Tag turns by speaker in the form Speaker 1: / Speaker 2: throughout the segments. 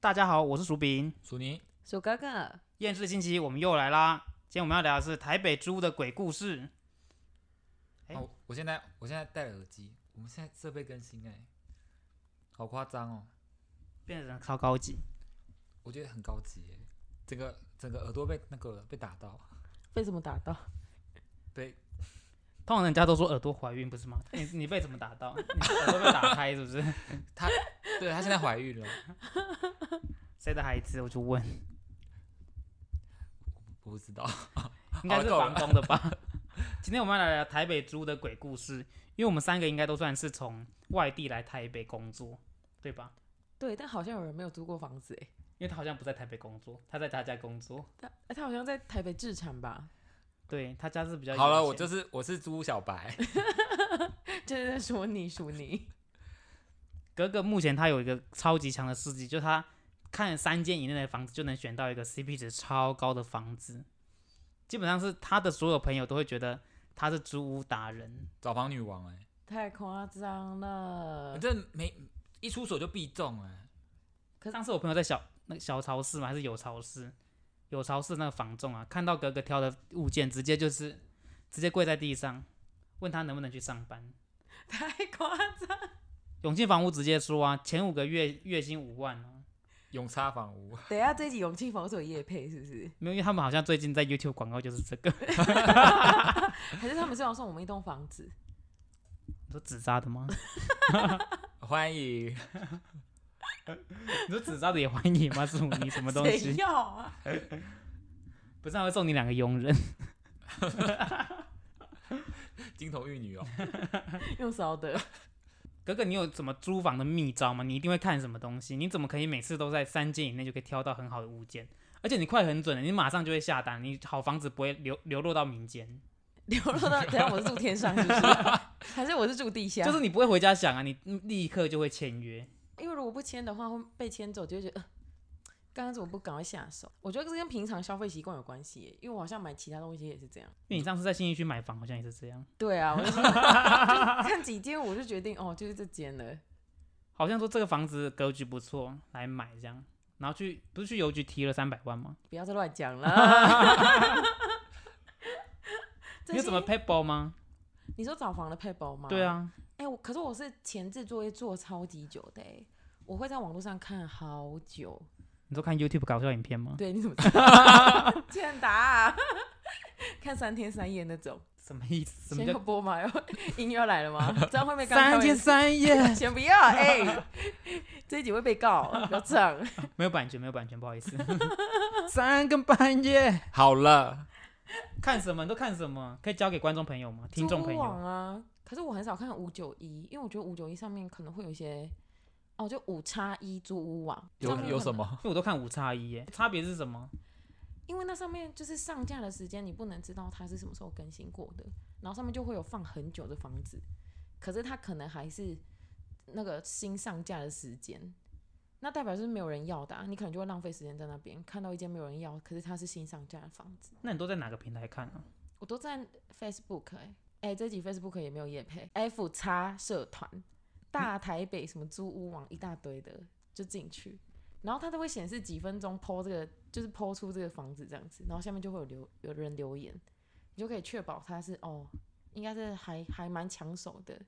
Speaker 1: 大家好，我是薯饼。
Speaker 2: 苏宁，
Speaker 3: 鼠哥哥，
Speaker 1: 厌世星期我们又来啦，今天我们要聊的是台北租的鬼故事。哎
Speaker 2: 哦，我现在我现在戴耳机，我们现在设备更新哎、好夸张哦，
Speaker 1: 变成超高级，
Speaker 2: 我觉得很高级哎、整个整个耳朵被那个被打到，
Speaker 3: 被什么打到？
Speaker 2: 对，
Speaker 1: 通常人家都说耳朵怀孕不是吗？你你被怎么打到？你耳朵被打开是不 是？
Speaker 2: 对她现在怀孕了，
Speaker 1: 谁的孩子？我就问，
Speaker 2: 我不知道，
Speaker 1: 应该是
Speaker 2: 够
Speaker 1: 房
Speaker 2: 了
Speaker 1: 东的吧。 今天我们要来聊台北租的鬼故事，因为我们三个应该都算是从外地来台北工作，对吧？
Speaker 3: 对，但好像有人没有租过房子哎，
Speaker 1: 因为他好像不在台北工作，他在他家工作。
Speaker 3: 他他好像在台北置产 吧，
Speaker 1: 对他家是比较
Speaker 2: 好
Speaker 1: 有
Speaker 2: 了，
Speaker 1: 钱
Speaker 2: 我就是我是猪小白，
Speaker 3: 就是在说你数你，
Speaker 1: 格格目前他有一个超级强的事迹，就是他看三间以内的房子就能选到一个 CP 值超高的房子，基本上是他的所有朋友都会觉得他是租屋达人。
Speaker 2: 找房女王哎、
Speaker 3: 太夸张了
Speaker 2: 反。正没一出手就必中哎、
Speaker 3: 可
Speaker 1: 上次我朋友在小那个小超市嘛，还是有超市，有超市那个房仲啊，看到格格挑的物件，直接就是直接跪在地上，问他能不能去上班。
Speaker 3: 太夸张，
Speaker 1: 永庆房屋直接说啊，前五个月月薪五万哦、
Speaker 2: 永差房屋，
Speaker 3: 等一下这一集勇气防守夜配是不是？
Speaker 1: 没有，因为他们好像最近在 YouTube 广告就是这个，
Speaker 3: 还是他们是要送我们一栋房子？
Speaker 1: 你说纸扎的吗？
Speaker 2: 欢迎，
Speaker 1: 你说纸扎的也欢迎吗？是你什么东
Speaker 3: 谁
Speaker 1: 西？
Speaker 3: 要啊？
Speaker 1: 不是还会送你两个佣人？
Speaker 2: 金童玉女哦，
Speaker 3: 用烧的，
Speaker 1: 格格，你有什么租房的秘招吗？你一定会看什么东西？你怎么可以每次都在三间以内就可以挑到很好的物件？而且你快很准了，你马上就会下单，你好房子不会流流落到民间，
Speaker 3: 流落到等一下我是住天上是 不是？还是我是住地下？
Speaker 1: 就是你不会回家想啊，你立刻就会签约。
Speaker 3: 因为如果不签的话，会被签走，就会觉得，呃刚刚怎么不赶快下手？我觉得这跟平常消费习惯有关系欸耶，因为我好像买其他东西也是这样。
Speaker 1: 因为你上次在信义区买房好像也是这样，
Speaker 3: 对啊，我就说 就是看几间，我就决定哦，就是这间了。
Speaker 1: 好像说这个房子格局不错，来买这样，然后去不是去邮局提了三百万吗？
Speaker 3: 不要再乱讲了。
Speaker 1: 你有什么
Speaker 3: 这些
Speaker 1: paper 吗？
Speaker 3: 你说找房的 paper 吗？
Speaker 1: 对。啊，
Speaker 3: 哎、我可是我是前置作业做超级久的、哎，我会在网络上看好久。
Speaker 1: 你都看 YouTube 搞笑影片吗？
Speaker 3: 对，你怎么知道？ 欠打、啊， 看三天三夜那种。
Speaker 1: 什么意思？什么
Speaker 3: 先
Speaker 1: 叫
Speaker 3: 要播吗？ 要音乐要来了吗？这样会被刚
Speaker 1: 三天三夜？
Speaker 3: 先不要，哎、 这一集会被告，不要这样。
Speaker 1: 没有版权，没有版权，不好意思。 三更半夜
Speaker 2: 好了，
Speaker 1: 看什么？你都看什么？可以交给观众朋友吗？听众朋
Speaker 3: 租屋网
Speaker 1: 友？
Speaker 3: 啊，可是我很少看五九一，因为我觉得五九一上面可能会有一些，哦，就五叉一租屋网上
Speaker 2: 有
Speaker 3: 面
Speaker 2: 有
Speaker 3: 可
Speaker 2: 什
Speaker 3: 能？
Speaker 2: 么？
Speaker 1: 因为我都看五叉一耶，差别是什么？
Speaker 3: 因为那上面就是上架的时间，你不能知道它是什么时候更新过的，然后上面就会有放很久的房子，可是它可能还是那个新上架的时间，那代表是没有人要的、啊，你可能就会浪费时间在那边看到一间没有人要，可是它是新上架的房子，
Speaker 1: 那你都在哪个平台看啊？
Speaker 3: 我都在 Facebook 哎、哎、这集 Facebook 也没有业配，F 叉社团大台北什么租屋网一大堆的就进去。然后它都会显示几分钟 PO 这个，就是 PO 出这个房子这样子，然后下面就会有留有人留言，你就可以确保它是哦，应该是还还蛮抢手的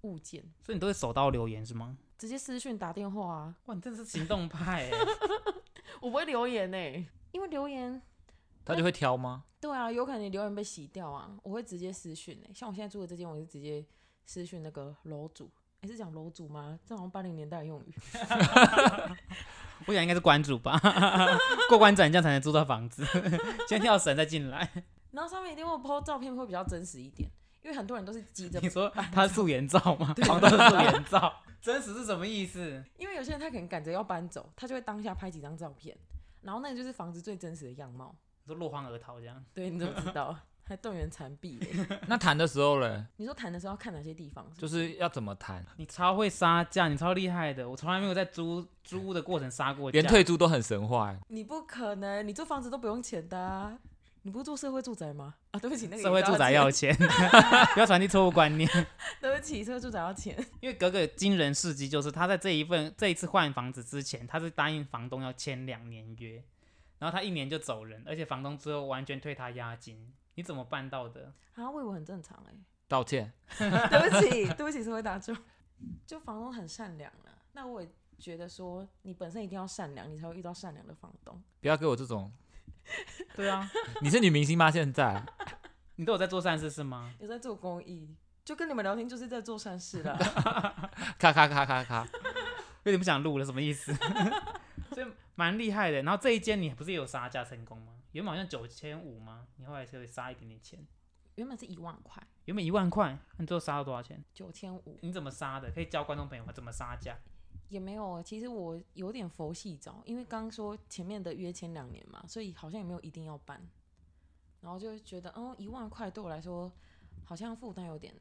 Speaker 3: 物件，
Speaker 1: 所以你都会手到留言是吗？
Speaker 3: 直接私讯打电话啊，
Speaker 1: 哇，你真的是行动派耶！
Speaker 3: 我不会留言欸呢、因为留言
Speaker 2: 他就会挑吗？
Speaker 3: 对啊，有可能你留言被洗掉啊，我会直接私讯诶、像我现在住的这间，我是直接私讯那个楼主，诶、是讲楼主吗？这好像八零年代的用语。
Speaker 1: 我想应该是关主吧， 过关斩将才能租到房子， 先跳绳再进来。
Speaker 3: 然后上面一定会 PO 照片，会比较真实一点，因为很多人都是急着
Speaker 1: 你，说他素颜照吗？房东的素颜照，真实是什么意思？
Speaker 3: 因为有些人他可能赶着要搬走，他就会当下拍几张照片，然后那个就是房子最真实的样貌。
Speaker 1: 你说落荒而逃这样？
Speaker 3: 对，你怎么知道？还动员残壁嘞？
Speaker 2: 那谈的时候嘞，
Speaker 3: 你说谈的时候要看哪些地方是不是？
Speaker 2: 就是要怎么谈，
Speaker 1: 你超会杀价，你超厉害的，我从来没有在租租屋的过程杀过价。
Speaker 2: 连退租都很神话、欸。
Speaker 3: 你不可能，你做房子都不用钱的、啊，你不是住社会住宅吗？啊，对不起，那个
Speaker 1: 社会
Speaker 3: 也是
Speaker 1: 住宅要
Speaker 3: 钱，
Speaker 1: 钱， 不要传递错误观念。
Speaker 3: 对不起，社会住宅要钱。
Speaker 1: 因为格格惊人事迹就是，他在这一份这一次换房子之前，他是答应房东要签两年约，然后他一年就走人，而且房东最后完全退他押金。你怎么办到的？
Speaker 3: 啊，我以为很正常哎、
Speaker 2: 道歉。
Speaker 3: 对不起，对不起，是会打中。 就房东很善良啊，那我也觉得说，你本身一定要善良，你才会遇到善良的房东。
Speaker 2: 不要给我这种，
Speaker 1: 对啊，
Speaker 2: 你是女明星吗？现在
Speaker 1: 你都有在做善事是吗？
Speaker 3: 有在做公益，就跟你们聊天就是在做善事啦。
Speaker 2: 咔咔咔咔咔，
Speaker 1: 有点不想录了，什么意思？ 所以蛮厉害的。然后这一间你不是也有杀价成功吗？原本好像九千五吗？你后来是有杀一点点钱，
Speaker 3: 原本是一万块，
Speaker 1: 原本一万块，那你最后杀了多少钱？
Speaker 3: 九千五
Speaker 1: 你怎么杀的？可以教观众朋友们怎么杀价。
Speaker 3: 也没有。啊其实我有点佛系找，因为刚刚说前面的约签两年嘛，所以好像也没有一定要办。然后就觉得，嗯，一万块对我来说好像负担有点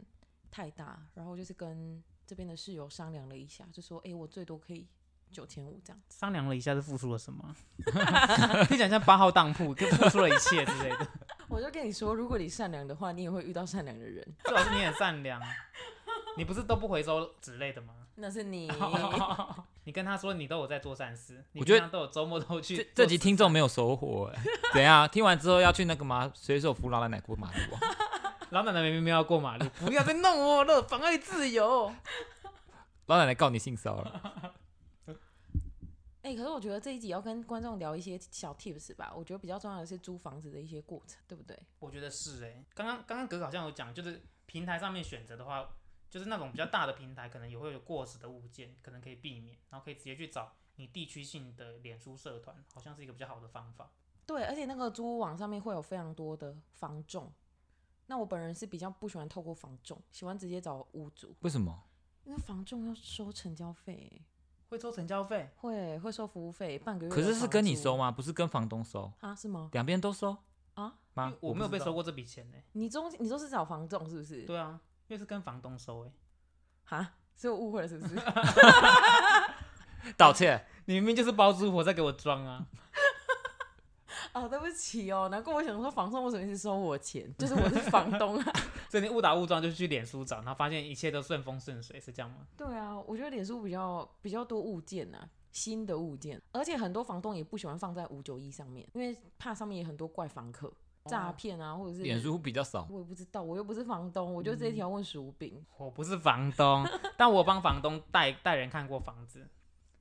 Speaker 3: 太大。然后就是跟这边的室友商量了一下，就说，哎、我最多可以九千五这样。
Speaker 1: 商量了一下是付出了什么， 可以讲像八号当铺，就付出了一切之类的。
Speaker 3: 我就跟你说，如果你善良的话，你也会遇到善良的人。
Speaker 1: 最好是你很善良，你不是都不回收之类的吗？
Speaker 3: 那是你，
Speaker 1: 你跟他说你都有在做善事，你
Speaker 2: 我觉得
Speaker 1: 平常都有周末都去
Speaker 2: 这
Speaker 1: 做
Speaker 2: 这集听众
Speaker 1: 慈
Speaker 2: 没有收获哎，怎样？听完之后要去那个吗？随手扶老奶奶过马路、啊，
Speaker 1: 善老奶奶明明要过马路，不要再弄我了，妨碍自由。
Speaker 2: 老奶奶告你性骚扰，
Speaker 3: 哎、可是我觉得这一集要跟观众聊一些小 tips 吧。我觉得比较重要的是租房子的一些过程，对不对？
Speaker 1: 我觉得是哎、刚刚刚刚格格好像有讲，就是平台上面选择的话，就是那种比较大的平台，可能也会有过时的物件，可能可以避免，然后可以直接去找你地区性的脸书社团，好像是一个比较好的方法。
Speaker 3: 对，而且那个租屋网上面会有非常多的房仲。那我本人是比较不喜欢透过房仲，喜欢直接找屋主，
Speaker 2: 为什么？
Speaker 3: 因为房仲要收成交费，
Speaker 1: 会收成交费，
Speaker 3: 会会收服务费，半个月。
Speaker 2: 可是是跟你收？吗？不是跟房东收，
Speaker 3: 啊，是吗？
Speaker 2: 两边都收
Speaker 3: 啊
Speaker 1: 因
Speaker 2: 吗
Speaker 1: 为？我没有被收
Speaker 2: 过，
Speaker 1: 过这笔钱呢、
Speaker 3: 你中你都是找房仲是不是？
Speaker 1: 对啊，因为是跟房东收哎、
Speaker 3: 啊，所以我误会了是不 是？
Speaker 2: 道歉。
Speaker 1: 你明明就是包租婆在给我装啊！
Speaker 3: 哦，对不起哦，难怪我想说房东为什么一直收我钱，就是我是房东啊。
Speaker 1: 所以你误打误撞就去脸书找，然后发现一切都顺风顺水，是这样吗？
Speaker 3: 对啊，我觉得脸书比较比较多物件呐、新的物件，而且很多房东也不喜欢放在五九一上面，因为怕上面也很多怪房客、
Speaker 1: 哦
Speaker 3: 诈骗啊，或者是
Speaker 2: 脸。书比较少，
Speaker 3: 我也不知道，我又不是房
Speaker 1: 嗯
Speaker 3: 东，我就这一条问薯饼。
Speaker 1: 我不是房东，但我帮房东带带人看过房子，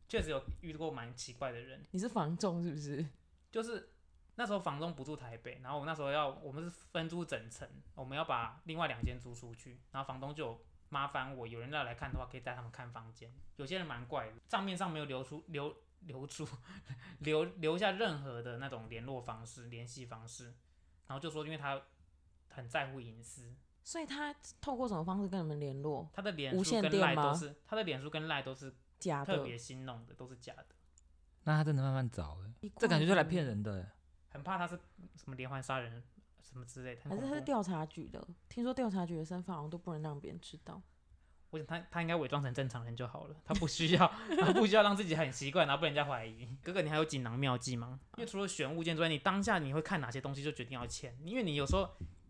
Speaker 1: 确实有遇过蛮奇怪的人，
Speaker 3: 你是房仲是不是？
Speaker 1: 就是那时候房东不住台北，然后我那时候要我们是分租整层，我们要把另外两间租出去，然后房东就有麻烦我，有人要来看的话可以带他们看房间。有些人蛮怪的，账面上没有留出留留出 留留下任何的那种联络方式、联系方式，然后就说因为他很在乎隐私，
Speaker 3: 所以他透过什么方式跟你们联络？
Speaker 1: 他的脸
Speaker 3: 无
Speaker 1: 书
Speaker 3: 线
Speaker 1: 跟
Speaker 3: 电
Speaker 1: 赖
Speaker 3: 吗
Speaker 1: 都是他的脸书跟赖都是
Speaker 3: 假
Speaker 1: 特
Speaker 3: 的，
Speaker 1: 别新弄的，都是假的，
Speaker 2: 那他真的慢慢找哎，
Speaker 3: 一
Speaker 2: 这感觉就来
Speaker 3: 块
Speaker 2: 骗
Speaker 3: 钱，
Speaker 2: 人的哎。
Speaker 1: 很怕他是什么连环杀人什么之类的。很
Speaker 3: 还是
Speaker 1: 恐
Speaker 3: 他是
Speaker 1: 怖
Speaker 3: 调查局的？听说调查局的身份好像都不能让别人知道。
Speaker 1: 我想他他应该伪装成正常人就好了，他不需要他不需要让自己很奇怪，然后被人家怀疑。哥哥，你还有锦囊妙计吗？因为除了选物件之外，你当下你会看哪些东西就决定要签？因为你有时候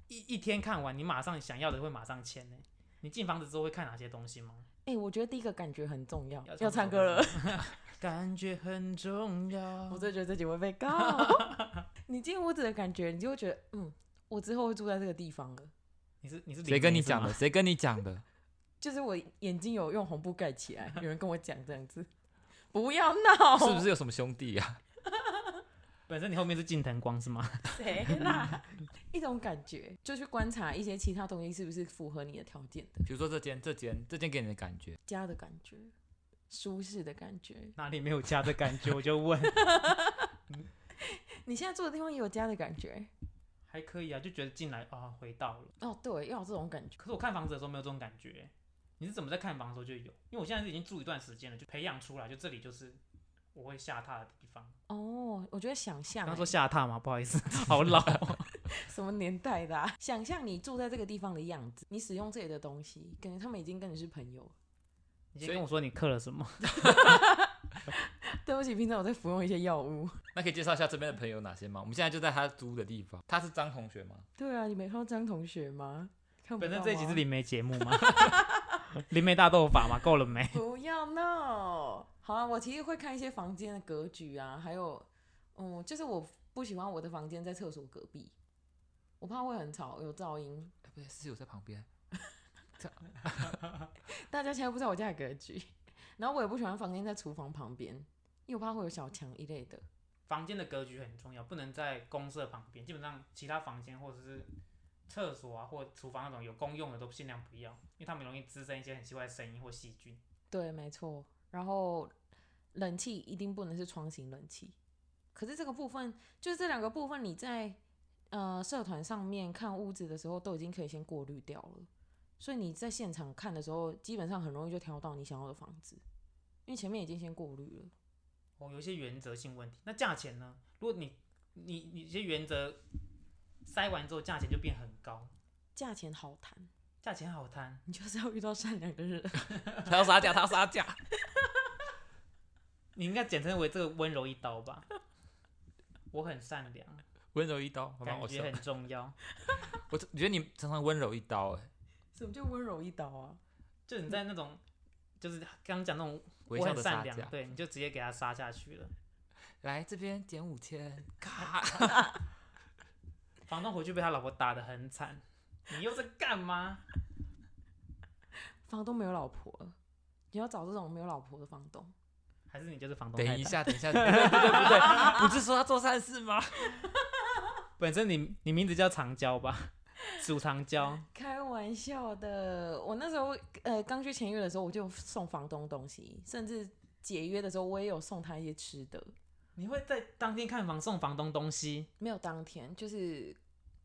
Speaker 1: 一一天看完，你马上想要的会马上签呢、你进房子之后会看哪些东西吗？
Speaker 3: 哎、我觉得第一个感觉很重要，
Speaker 1: 要
Speaker 3: 要
Speaker 1: 唱
Speaker 3: 唱
Speaker 1: 歌
Speaker 3: 歌了。
Speaker 1: 感觉很重 要。
Speaker 3: 我真的觉得自己 会被告。 你进屋子的感觉，你就会觉得，嗯，我之后会住在这个地方了。
Speaker 1: 你是你是
Speaker 2: 谁跟
Speaker 1: 灵媒
Speaker 2: 你
Speaker 1: 是
Speaker 2: 讲
Speaker 1: 吗
Speaker 2: 的？？谁跟你讲的？
Speaker 3: 就是我眼睛有用红布盖起来，有人跟我讲这样子， 不要闹，
Speaker 2: 是不是有什么兄弟啊？
Speaker 1: 本身你后面是近藤光是吗？
Speaker 3: 谁啦？ 一种感觉，就去观察一些其他东西是不是符合你的条件的，
Speaker 2: 比如说这间、这间、这间给你的感觉，
Speaker 3: 家的感觉，舒适的感觉。
Speaker 1: 哪里没有家的感觉？我就问，
Speaker 3: 你现在住的地方也有家的感觉
Speaker 1: 还可以啊，就觉得进来啊回到了。
Speaker 3: 哦，对，要有这种感觉。
Speaker 1: 可是我看房子的时候没有这种感觉欸，你是怎么在看房的时候就有？因为我现在是已经住一段时间了，就培养出来，就这里就是我会下榻的地方。
Speaker 3: 哦，我觉得想象、
Speaker 1: 刚刚，
Speaker 3: 欸
Speaker 1: 说下榻嘛，不好意 思，好老。哦
Speaker 3: 什么年代的、啊？ 想象你住在这个地方的样子，你使用这里的东西，感觉他们已经跟你是朋友了。
Speaker 1: 你先跟我说你刻了什么？
Speaker 3: 对不起，平常我在服用一些药物。
Speaker 2: 那可以介绍一下这边的朋友有哪些吗？我们现在就在他租的地方，他是张同学吗？
Speaker 3: 对啊，你没看到张同学吗？看不
Speaker 1: 本
Speaker 3: 到
Speaker 1: 身
Speaker 3: 吗
Speaker 1: 这一集是灵媒节目嘛， 灵媒大斗法嘛，够了没？
Speaker 3: 不要闹。好啊，我其实会看一些房间的格局啊，还有，嗯，就是我不喜欢我的房间在厕所隔壁，我怕会很吵，有噪音。
Speaker 2: 哎，不对，室友在旁边。
Speaker 3: 大家现在不知道我家的格局， 然后我也不喜欢房间在厨房旁边，因为我怕会有小强一类的。
Speaker 1: 房间的格局很重要，不能在公社旁边。基本上其他房间或者是厕所啊，或厨房那种有公用的都尽量不要，因为他们容易滋生一些很奇怪的声音或细菌。
Speaker 3: 对，没错。然后冷气一定不能是窗型冷气。可是这个部分，就是这两个部分，你在呃社团上面看屋子的时候，都已经可以先过滤掉了。所以你在现场看的时候，基本上很容易就挑到你想要的房子，因为前面已经先过滤了。
Speaker 1: 哦，有一些原则性问题。那价钱呢？如果你你你这些原则塞完之后，价钱就变很高，
Speaker 3: 价钱好谈，
Speaker 1: 价钱好谈。
Speaker 3: 你就是要遇到善良的人。
Speaker 2: 他要杀价，他要杀价。
Speaker 1: 你应该简称为这个温柔一刀吧。 我很善良，
Speaker 2: 温柔一刀，还蛮
Speaker 1: 感
Speaker 2: 好
Speaker 1: 觉
Speaker 2: 笑。
Speaker 1: 很重 要。
Speaker 2: 我真觉得你常常温柔一刀，哎，
Speaker 3: 什么叫温柔一刀啊？
Speaker 1: 就你在那种，就是刚刚讲那种
Speaker 2: 微
Speaker 1: 我
Speaker 2: 笑
Speaker 1: 很
Speaker 2: 的
Speaker 1: 善
Speaker 2: 杀
Speaker 1: 良，
Speaker 2: 价。
Speaker 1: 对，你就直接给他杀下去了。
Speaker 2: 来这边减五千， 咔。
Speaker 1: 房东回去被他老婆打得很惨，你又在干嘛？
Speaker 3: 房东没有老婆了，你要找这种没有老婆的房东。
Speaker 1: 还是你就是房东？
Speaker 2: 等一，下，等一下， 对对对不对，不是说要做善事吗？
Speaker 1: 本身你你名字叫长娇吧， 鼠长娇。
Speaker 3: 开玩笑的，我那时候呃刚去签约的时候，我就送房东东西，甚至解约的时候，我也有送他一些吃的。
Speaker 1: 你会在当天看房送房东东西？
Speaker 3: 没有当天，就是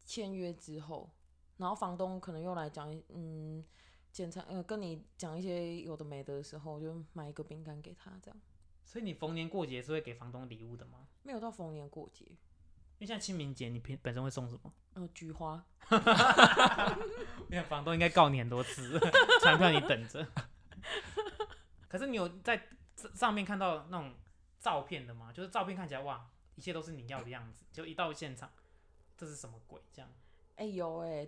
Speaker 3: 签约之后，然后房东可能又来讲，嗯，检查呃跟你讲一些有的没的的时候，我就买一个饼干给他，这样
Speaker 1: 所以你逢年过节是会给房东礼物的吗？
Speaker 3: 没有到逢年过节，
Speaker 1: 因为像清明节，你平本身会送什么？
Speaker 3: 呃，菊花，
Speaker 1: 我想房东应该告你很多次， 传票你等着。 可是你有在这上面看到那种照片的吗？就是照片看起来哇，一切都是你要的样子，就一到现场，这是什么鬼？这样
Speaker 3: 哎、有哎、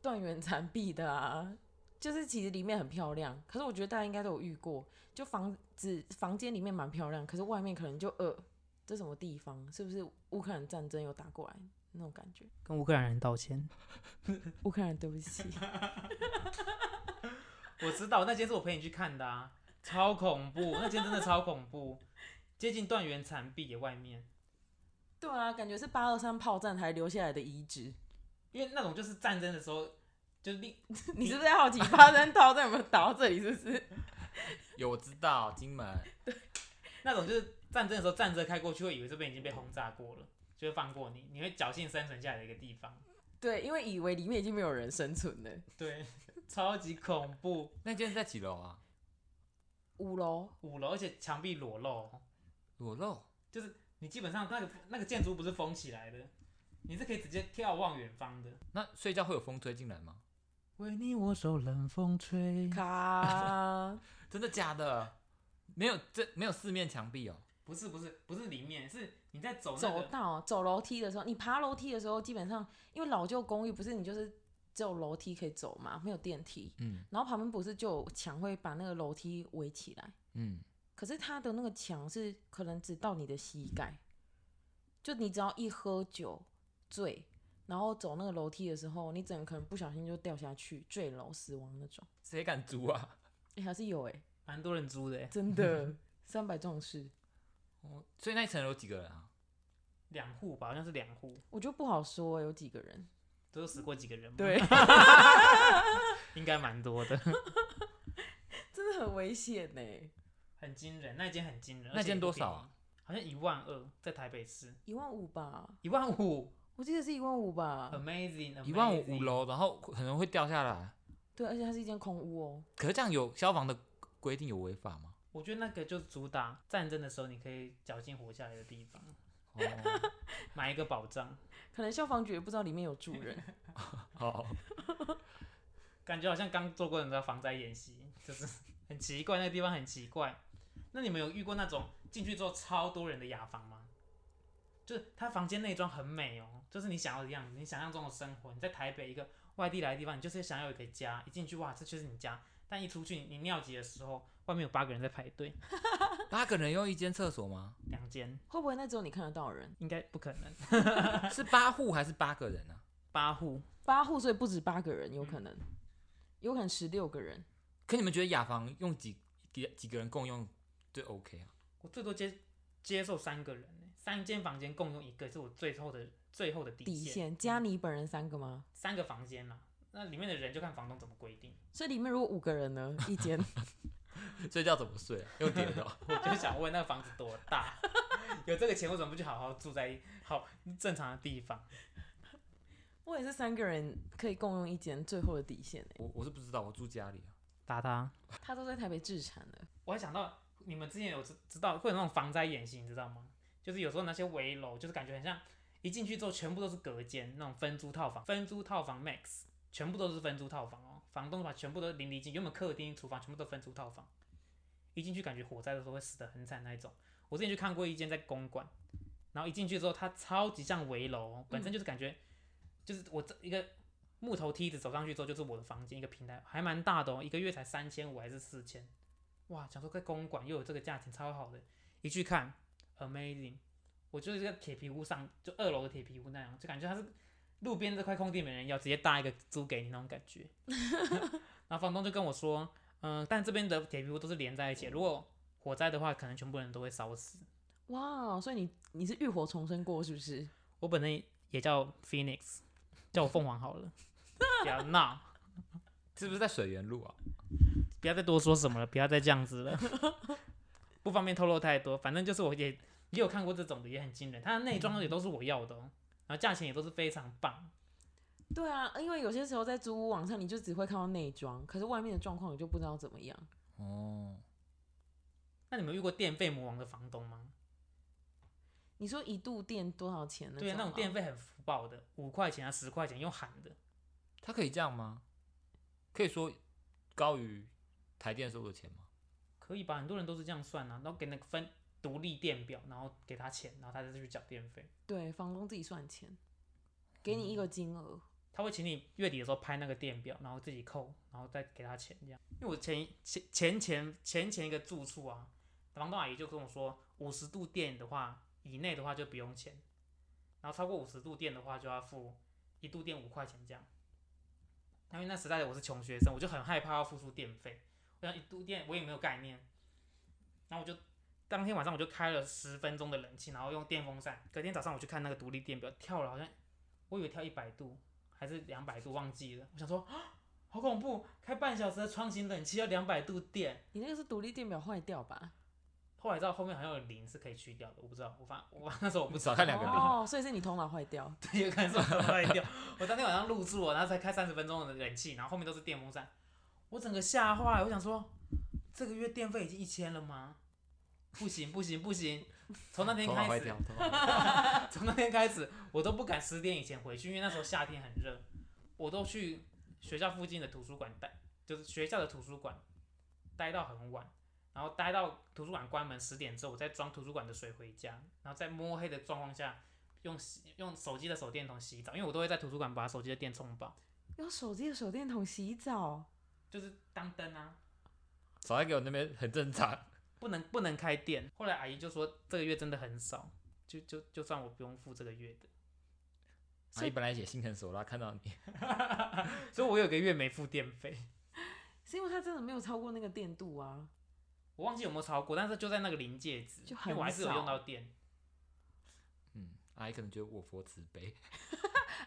Speaker 3: 断垣残壁的啊，就是其实里面很漂亮，可是我觉得大家应该都有遇过，就房子房间里面蛮漂亮，可是外面可能就呃，这什么地方？是不是乌克兰战争有打过来那种感觉？
Speaker 1: 跟乌克兰人道歉。
Speaker 3: 乌克兰，对不 起，
Speaker 1: 我知道那间是我陪你去看的啊，超恐怖，那间真的超恐怖，接近断垣残壁耶外面，
Speaker 3: 对啊，感觉是八二三炮战还留下来的遗址。
Speaker 1: 因为那种就是战争的时候，就是另
Speaker 3: 你是不是在好奇八三炮战有没有打到这里？是不是？
Speaker 2: 有，我知道金门。
Speaker 1: 那种就是战争的时候站着开过去，会以为这边已经被轰炸过了，就会放过你，你会侥幸生存下来的一个地方。
Speaker 3: 对，因为以为里面已经没有人生存了。对，
Speaker 1: 超级恐怖，
Speaker 2: 那今天在几楼啊？
Speaker 3: 五楼
Speaker 1: 五楼，而且墙壁裸露，哦
Speaker 2: 裸露，
Speaker 1: 你基本上那个那个建筑不是封起来的，你是可以直接眺望远方的。
Speaker 2: 那睡觉会有风吹进来吗？
Speaker 1: 为你我手，冷风吹。
Speaker 3: 卡，
Speaker 2: 真的假的？没有，这没有四面墙壁哦。
Speaker 1: 不是不是不是里面，是你在走那
Speaker 3: 走
Speaker 1: 个
Speaker 3: 到走楼梯的时候，你爬楼梯的时候，基本上因为老旧公寓不是你就是只有楼梯可以走嘛，没有电梯，
Speaker 2: 嗯
Speaker 3: 然后旁边不是就有墙会把那个楼梯围起来，
Speaker 2: 嗯，
Speaker 3: 可是它的那个墙是可能只到你的膝盖，就你只要一喝酒醉，然后走那个楼梯的时候，你整个可能不小心就掉下去坠楼死亡那种，
Speaker 2: 谁敢租啊？
Speaker 3: 哎、还是有哎、
Speaker 1: 蛮多人租的耶，欸
Speaker 3: 真的三百壮士，
Speaker 2: 哦，所以那一层楼有几个人啊？
Speaker 1: 两户吧，好像是两户，
Speaker 3: 我就不好说、哎有几个人，
Speaker 1: 都死过几个人吗？
Speaker 3: 对，
Speaker 1: 应该蛮多的，
Speaker 3: 真的很危险哎呢、
Speaker 1: 很惊人，那间很惊人。
Speaker 2: 那间
Speaker 1: 而且
Speaker 2: 多少
Speaker 1: 也不
Speaker 2: 啊
Speaker 1: 便宜？好像一万二，在台北市
Speaker 3: 一万五吧，
Speaker 1: 一万五
Speaker 3: 我记得是一万五吧。
Speaker 1: ，amazing，
Speaker 2: 一万五五，楼，然后可能会掉下来。
Speaker 3: 对，而且它是一间空屋哦。
Speaker 2: 可是这样有消防的规定有违法吗？
Speaker 1: 我觉得那个就主打战争的时候你可以侥幸活下来的地方，
Speaker 2: 哦，
Speaker 1: 买一个保障，
Speaker 3: 可能消防局也不知道里面有住人，
Speaker 2: 好，
Speaker 1: 感觉好像刚做过你知道防灾演习，就是很奇怪，那个地方很奇怪。那你们有遇过那种进去之后超多人的雅房吗？就是他房间内装很美哦，就是你想要的样子，你想象中的生活。你在台北一个外地来的地方，你就是想要有一个家，一进去哇，这就是你家。但一出去，你你尿急的时候，外面有八个人在排队，
Speaker 2: 八个人用一间厕所吗？
Speaker 1: 两间
Speaker 3: 会不会那只有你看得到的人？
Speaker 1: 应该不可能，
Speaker 2: 是八户还是八个人啊？
Speaker 1: 八户
Speaker 3: 八户，所以不止八个人，有可能，有可能十六个人。
Speaker 2: 可你们觉得雅房用几几几个人共用最 OK 啊？
Speaker 1: 我最多接接受三个人呢，三间房间共用一个是我最后的最后的底
Speaker 3: 底
Speaker 1: 线。嗯
Speaker 3: 线加你本人三个吗？
Speaker 1: 三个房间啦，那里面的人就看房东怎么规定。
Speaker 3: 所以里面如果五个人呢，一 间
Speaker 2: 睡觉怎么睡、啊？用叠的哦、
Speaker 1: 我就想问那个房子多大？ 有这个钱为什么不去好好住在一好正常的地方？
Speaker 3: 我也是三个人可以共用一间，最后的底线欸
Speaker 2: 我我是不知道，我住家里啊。
Speaker 1: 打他！
Speaker 3: 他都在台北置产了，
Speaker 1: 我还想到你们之前有知知道会有那种防灾演习，你知道吗？就是有时候那些围楼，就是感觉很像一进去之后全部都是隔间那种分租套房，分租套房 max 全部都是分租套房哦，房东把全部都淋漓尽，原本客厅、厨房全部都分租套房，一进去感觉火灾的时候会死得很惨那一种。我之前去看过一间在公馆，然后一进去之后它超级像围楼哦，本身就是感觉、就是我这一个木头梯子走上去之后就是我的房间一个平台，还蛮大的哦，一个月才三千五还是四千。哇，想说在公馆又有这个价钱，超好的。一去看，amazing！我就是这个铁皮屋上，就二楼的铁皮屋那样，就感觉它是路边这块空地没人要，直接搭一个租给你那种感觉。 然后房东就跟我说，嗯、但这边的铁皮屋都是连在一起的，如果火灾的话，可能全部人都会烧死。
Speaker 3: 哇！所以你你是浴火重生过是不是？
Speaker 1: 我本人也叫 Phoenix，叫我凤凰好了， 不要闹，
Speaker 2: 是不是在水源路啊？
Speaker 1: 不要再多说什么了，不要再这样子了， 不方便透露太多。反正就是我也也有看过这种的，也很惊人，它的内装也都是我要的、哦，然后价钱也都是非常棒。
Speaker 3: 对啊，因为有些时候在租屋网上，你就只会看到内装，可是外面的状况你就不知道怎么样。
Speaker 2: 哦，
Speaker 1: 那你们遇过电费魔王的房东吗？
Speaker 3: 你说一度电多少钱呢？
Speaker 1: 对啊，那种电
Speaker 3: 费，
Speaker 1: 费很浮报的，五块钱啊，十块钱用喊的，
Speaker 2: 他可以这样吗？可以说高于台电收的钱 吗？
Speaker 1: 可以吧？很多人都是这样算啊，然后给那个分独立电表，然后给他钱，然后他再去缴电费。
Speaker 3: 对，房东自己算钱，给你一个金额。
Speaker 1: 他会请你月底的时候拍那个电表，然后自己扣，然后再给他钱这样。因为我前前前前前前一个住处啊，房东阿姨就跟我说，五十度电的话以内的话就不用钱，然后超过五十度电的话就要付一度电五块钱这样。因为那时代我是穷学生，我就很害怕要付出电费，我想一度电我也没有概念，然后我就当天晚上我就开了十分钟的冷气，然后用电风扇。隔天早上我去看那个独立电表，跳了好像我以为跳一百度，还是两百度，忘记了。我想说，啊好恐怖，开半小时的窗型冷气要两百度电。
Speaker 3: 你那个是独立电表坏掉吧？
Speaker 1: 后来知道后面好像有零是可以去掉的，我不知道，我发 我那时候我不知
Speaker 2: 少
Speaker 1: 道，
Speaker 2: 看两个零
Speaker 3: 哦，所以是你头脑坏掉。
Speaker 1: 对，有可能是我坏 掉。我当天晚上入住哦，然后才开三十分钟的冷气，然后后面都是电风扇，我整个吓坏。我想说，这个月电费已经一千了吗？不行不行不行！从那天
Speaker 2: 头脑
Speaker 1: 开
Speaker 2: 坏
Speaker 1: 始，
Speaker 2: 掉，头脑坏 掉
Speaker 1: 从那天开始，我都不敢十点以前回去，因为那时候夏天很热，我都去学校附近的图书馆待，就是学校的图书馆待到很晚，然后待到图书馆关门十点之后，我再装图书馆的水回家，然后在摸黑的状况下用洗用手机的手电筒洗澡，因为我都会在图书馆把手机的电充饱，
Speaker 3: 用手机的手电筒洗澡，
Speaker 1: 就是当灯啊，
Speaker 2: 少在给我那边很正常。
Speaker 1: 不能不能开电。后来阿姨就说这个月真的很少，就就就算我不用付这个月的。
Speaker 2: 阿姨本来也心狠手辣，看到你，
Speaker 1: 所以我有个月没付电费，
Speaker 3: 是因为它真的没有超过那个电度啊。
Speaker 1: 我忘记有没有超过，但是就在那个临界值，
Speaker 3: 就
Speaker 1: 因
Speaker 3: 很
Speaker 1: 为我还是有
Speaker 3: 少
Speaker 1: 用到电。
Speaker 2: 嗯，阿姨可能觉得我佛慈悲，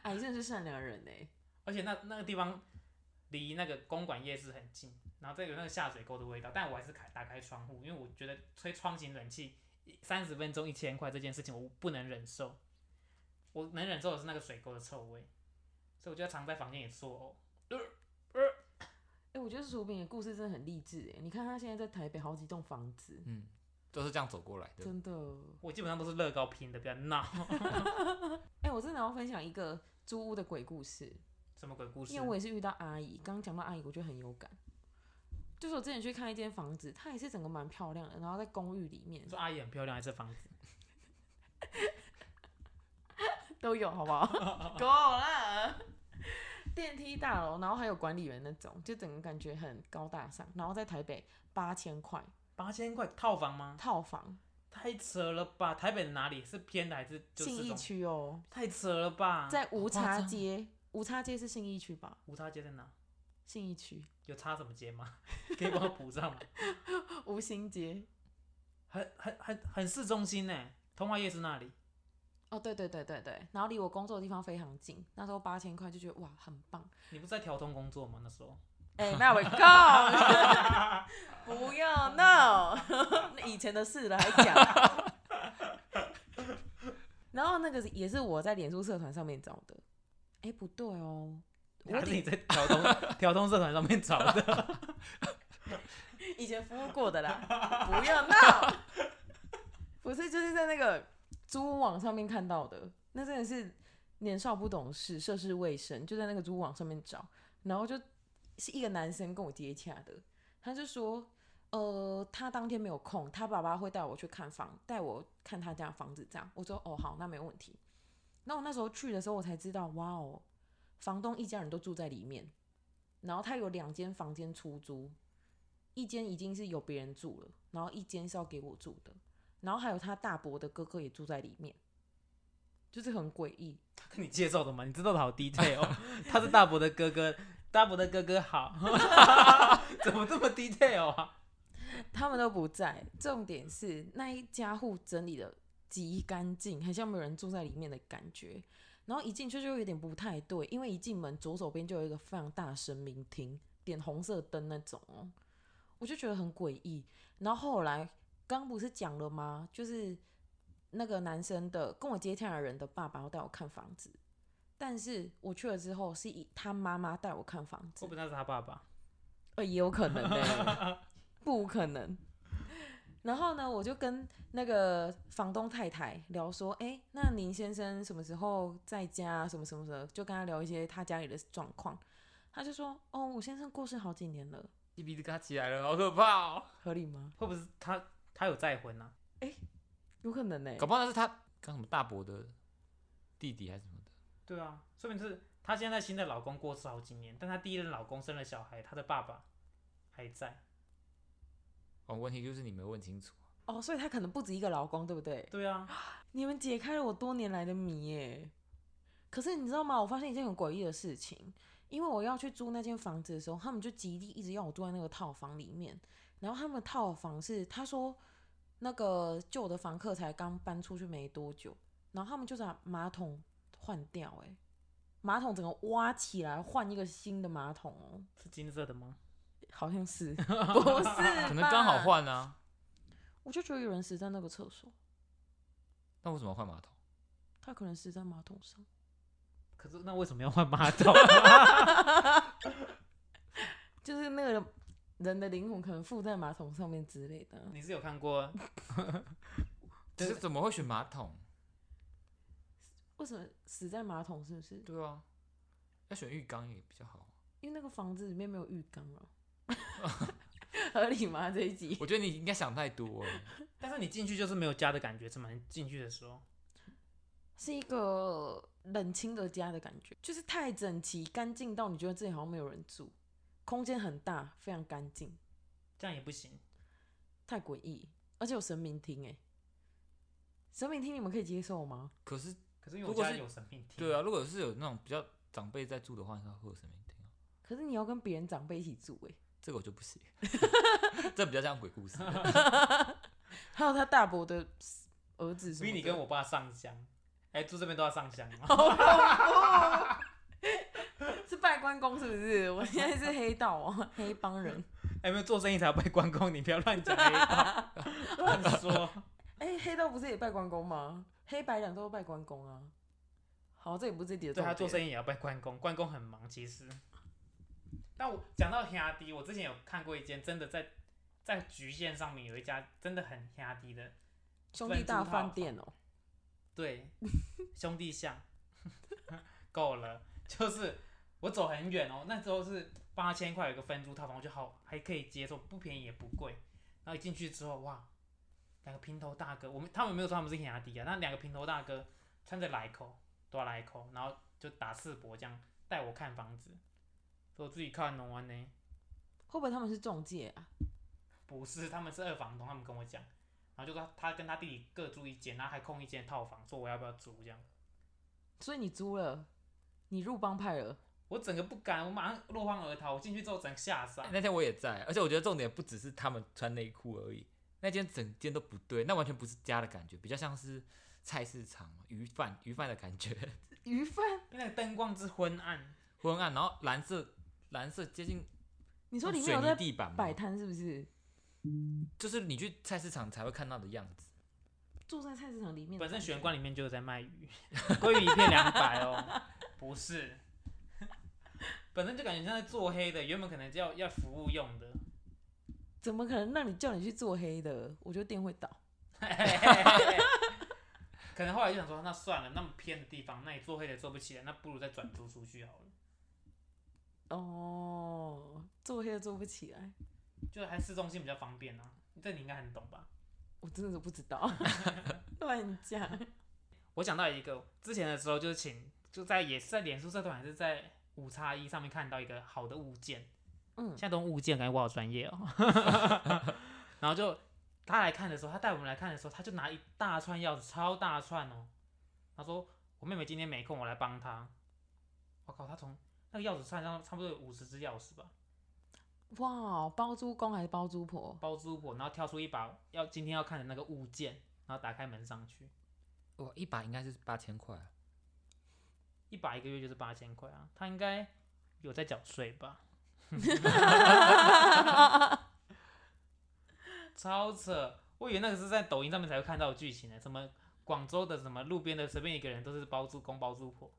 Speaker 3: 哎，真的是善良的人哎。
Speaker 1: 而且那那个地方离那个公馆夜市很近，然后再有那个下水沟的味道，但我还是开打开窗户，因为我觉得吹窗型冷气三十分钟一千块这件事情我不能忍受，我能忍受的是那个水沟的臭味，所以我就常在房间里哦作
Speaker 3: 哎，我觉得薯饼的故事真的很励志哎。你看他现在在台北好几栋房子，
Speaker 2: 嗯，都是这样走过来的。
Speaker 3: 真的。
Speaker 1: 呕。我基本上都是乐高拼的，不要闹。
Speaker 3: 哎，我真的要分享一个租屋的鬼故事。
Speaker 1: 什么鬼故事
Speaker 3: 因为？我也是遇到阿姨，刚刚讲到阿姨，我就很有感。就是我之前去看一间房子，它也是整个蛮漂亮的，然后在公寓里面
Speaker 1: 你说阿姨很漂亮还是房子？
Speaker 3: 都有，好不好？够了。电梯大楼，然后还有管理员那种，就整个感觉很高大上。然后在台北八千块
Speaker 1: 八千块套房吗？
Speaker 3: 套房，
Speaker 1: 太扯了吧！台北的哪里是偏的还是就啊
Speaker 3: 信
Speaker 1: 是
Speaker 3: 义
Speaker 1: 中？
Speaker 3: 区哦，
Speaker 1: 太扯了吧！
Speaker 3: 在无
Speaker 2: 夸
Speaker 3: 差
Speaker 2: 张
Speaker 3: 街，无差街是信义区吧？
Speaker 1: 无差街在哪？
Speaker 3: 信义区，
Speaker 1: 有差什么街吗？ 可以帮我补上吗？
Speaker 3: 吴兴街。
Speaker 1: 很很很很市中心呢，通化夜市那里。
Speaker 3: 哦，对对对对对，然后离我工作的地方非常近，那时候八千块就觉得哇很棒，
Speaker 1: 你不是在调通工作吗？那时候
Speaker 3: 哎、那我告， 不要闹， 那以前的事了还讲。 然后那个也是我在脸书社团上面找的，哎、不对哦，我
Speaker 1: 还是你
Speaker 3: 以
Speaker 1: 在调通 调通社团上面找的？
Speaker 3: 以前服务过的啦，不要闹， 不是就是在那个租屋网上面看到的，那真的是年少不懂事，涉世未深，就在那个租屋网上面找，然后就是一个男生跟我接洽的，他就说，呃，他当天没有空，他爸爸会带我去看房，带我看他家房子这样。我说，哦，好，那没问题。那我那时候去的时候，我才知道，哇哦，房东一家人都住在里面，然后他有两间房间出租，一间已经是有别人住了，然后一间是要给我住的，然后还有他大伯的哥哥也住在里面，就是很诡异。
Speaker 1: 他跟你介绍的吗？你知道的好 detail 哦。他是大伯的哥哥，大伯的哥哥好， 怎么这么 detail 啊？
Speaker 3: 他们都不在。重点是那一家户整理的极干净，很像没有人住在里面的感觉。然后一进去就有点不太对，因为一进门左手边就有一个非常大的神明厅，点红色灯那种哦，我就觉得很诡异。然后后来刚不是讲了吗？就是那个男生的跟我接洽的人的爸爸要带我看房子，但是我去了之后是以他妈妈带我看房子
Speaker 1: 会不，会那是他爸爸？
Speaker 3: 呃，也有可能呢、不可能。然后呢，我就跟那个房东太太聊说，哎，那林先生什么时候在家啊？什么什么什么，就跟他聊一些他家里的状况。他就说，哦，我先生过世好几年了，
Speaker 2: 一鼻子嘎起来了，好可怕哦！
Speaker 3: 合理吗？
Speaker 1: 会不会是他他有再婚啊？
Speaker 3: 有可能呢、欸
Speaker 2: 搞不好那是他刚什么大伯的弟弟还是什么的，
Speaker 1: 对啊，说明是她现在新的老公过世好几年，但她第一任老公生了小孩，她的爸爸还在。
Speaker 2: 哦，问题就是你没问清楚。
Speaker 3: 哦，所以他可能不止一个老公，对不对？
Speaker 1: 对啊，
Speaker 3: 你们解开了我多年来的谜耶。可是你知道吗？我发现一件很诡异的事情，因为我要去租那间房子的时候，他们就极力一直要我住在那个套房里面。然后他们套房是他说那个旧的房客才刚搬出去没多久，然后他们就把马桶换掉，哎，马桶整个挖起来换一个新的马桶哦，
Speaker 1: 是金色的吗？
Speaker 3: 好 像是不是？
Speaker 2: 可
Speaker 3: 可
Speaker 2: 能刚好，换啊。
Speaker 3: 我就觉得有人死在那个厕所，
Speaker 2: 那为什么要换马桶？
Speaker 3: 他可能死在马桶上。
Speaker 1: 可是那为什么要换马 桶？
Speaker 3: 就是那个人的灵魂可能附在马桶上面之类的。
Speaker 1: 你是有看过？
Speaker 2: 可是怎么会选马桶？
Speaker 3: 为什么死在马桶？是不是？
Speaker 2: 对啊，要选浴缸也比较好。
Speaker 3: 因为那个房子里面没有浴缸啊，合理吗？这一集
Speaker 2: 我觉得你应该想太多了。
Speaker 1: 但是你进去就是没有家的感觉，是吗？你进去的时候，
Speaker 3: 是一个冷清的家的感觉，就是太整齐干净到你觉得这里好像没有人住，空间很大，非常干净，
Speaker 1: 这样也不行。
Speaker 3: 太诡异，而且有神明厅哎、神明厅你们可以接受吗？
Speaker 2: 可是，
Speaker 1: 可是因为
Speaker 2: 如
Speaker 1: 我
Speaker 2: 果
Speaker 1: 家
Speaker 2: 是
Speaker 1: 有神秘厅，
Speaker 2: 对啊，，如果是有那种比较长辈在住的话，应该会有神明厅啊。
Speaker 3: 可是你要跟别人长辈一起住哎、
Speaker 2: 这个我就不行， 这比较像鬼故事。
Speaker 3: 还有他大伯的儿子什
Speaker 1: 所
Speaker 3: 么
Speaker 1: 以
Speaker 3: 的，
Speaker 1: 你跟我爸上香， 哎、住这边都要上香吗？
Speaker 3: 是拜关公是不是？我现在是黑道哦，黑帮人。
Speaker 1: 哎、没有做生意才要拜关公，你不要乱 讲黑话，乱说。
Speaker 3: 哎、黑道不是也拜关公吗？黑白两都拜关公啊。好，这也不是你的
Speaker 1: 对
Speaker 3: 重
Speaker 1: 他
Speaker 3: 点。
Speaker 1: 做生意
Speaker 3: 意
Speaker 1: 也要拜关公，关公很忙其实。但我讲到兄弟，我之前有看过一间真的在在局限上面有一家真的很兄弟的，
Speaker 3: 兄弟大饭店哦、
Speaker 1: 对， 兄 弟像，够了，就是我走很远哦，那时候是八千块有一个分租套房，我就好还可以接受，不便宜也不贵。然后一进去之后，哇，两个平头大哥，我们他们没有说他们是肯亚迪啊，那两个平头大哥穿着来口，多来口，然后就打赤膊这样带我看房子，说自己看农安呢，
Speaker 3: 会不会他们是中介啊？
Speaker 1: 不是，他们是二房东，他们跟我讲，然后就说他跟他弟弟各住一间，然后还空一间套房，说我要不要租这样。
Speaker 3: 所以你租了，你入帮派了，
Speaker 1: 我整个不敢，我马上落荒而逃。我进去之后整个吓傻
Speaker 2: 哎，那天我也在，而且我觉得重点不只是他们穿内裤而已，那间整间都不对，那完全不是家的感觉，比较像是菜市场鱼贩鱼贩的感觉，
Speaker 3: 鱼贩。
Speaker 1: 因为那个灯光之昏暗，
Speaker 2: 昏暗，然后蓝色蓝色接近
Speaker 3: 你
Speaker 2: 你
Speaker 3: 说里
Speaker 2: 哦
Speaker 3: 面
Speaker 2: 水
Speaker 3: 有
Speaker 2: 泥
Speaker 3: 在
Speaker 2: 地板嘛
Speaker 3: 摆，摊是不是？
Speaker 2: 就是你去菜市场才会看到的样子。
Speaker 3: 住在菜市场里面的感觉，
Speaker 1: 本身玄关里面就有在卖鱼， 鲑鱼一片两百哦， 不是，本身就感觉像在做黑的，原本可能就要要服务用的，
Speaker 3: 怎么可能让你叫你去做黑的？我觉得店会倒。
Speaker 1: 可能后来就想说那算了，那么偏的地方，那你做黑的做不起来，那不如再转租出去好了。
Speaker 3: 哦，做黑的做不起来，
Speaker 1: 就还市中心比较方便啊，这你应该很懂吧？
Speaker 3: 我真的是不知道， 乱讲。
Speaker 1: 我想到一个之前的时候，就是请就在也是在脸书社团还是在五叉一上面看到一个好的物件，
Speaker 3: 嗯
Speaker 1: 现，在都用物件，感觉我好专业哦。哦然后就他来看的时候，他带我们来看的时候，他就拿一大串钥匙，超大串哦。他说我妹妹今天没空，我来帮她。我靠，他从那个钥匙串上差不多有五十只钥匙吧，
Speaker 3: 哇，包租公还是包租 婆？
Speaker 1: 包租婆，然后挑出一把要今天要看的那个物件，然后打开门上去，
Speaker 2: 哇，哦一把应该是八千块啊，
Speaker 1: 一把一个月就是八千块啊，他应该有在缴税吧？超扯！我以为那个是在抖音上面才会看到的剧情呢，什么广州的什么路边的随便一个人都是包租公包租婆，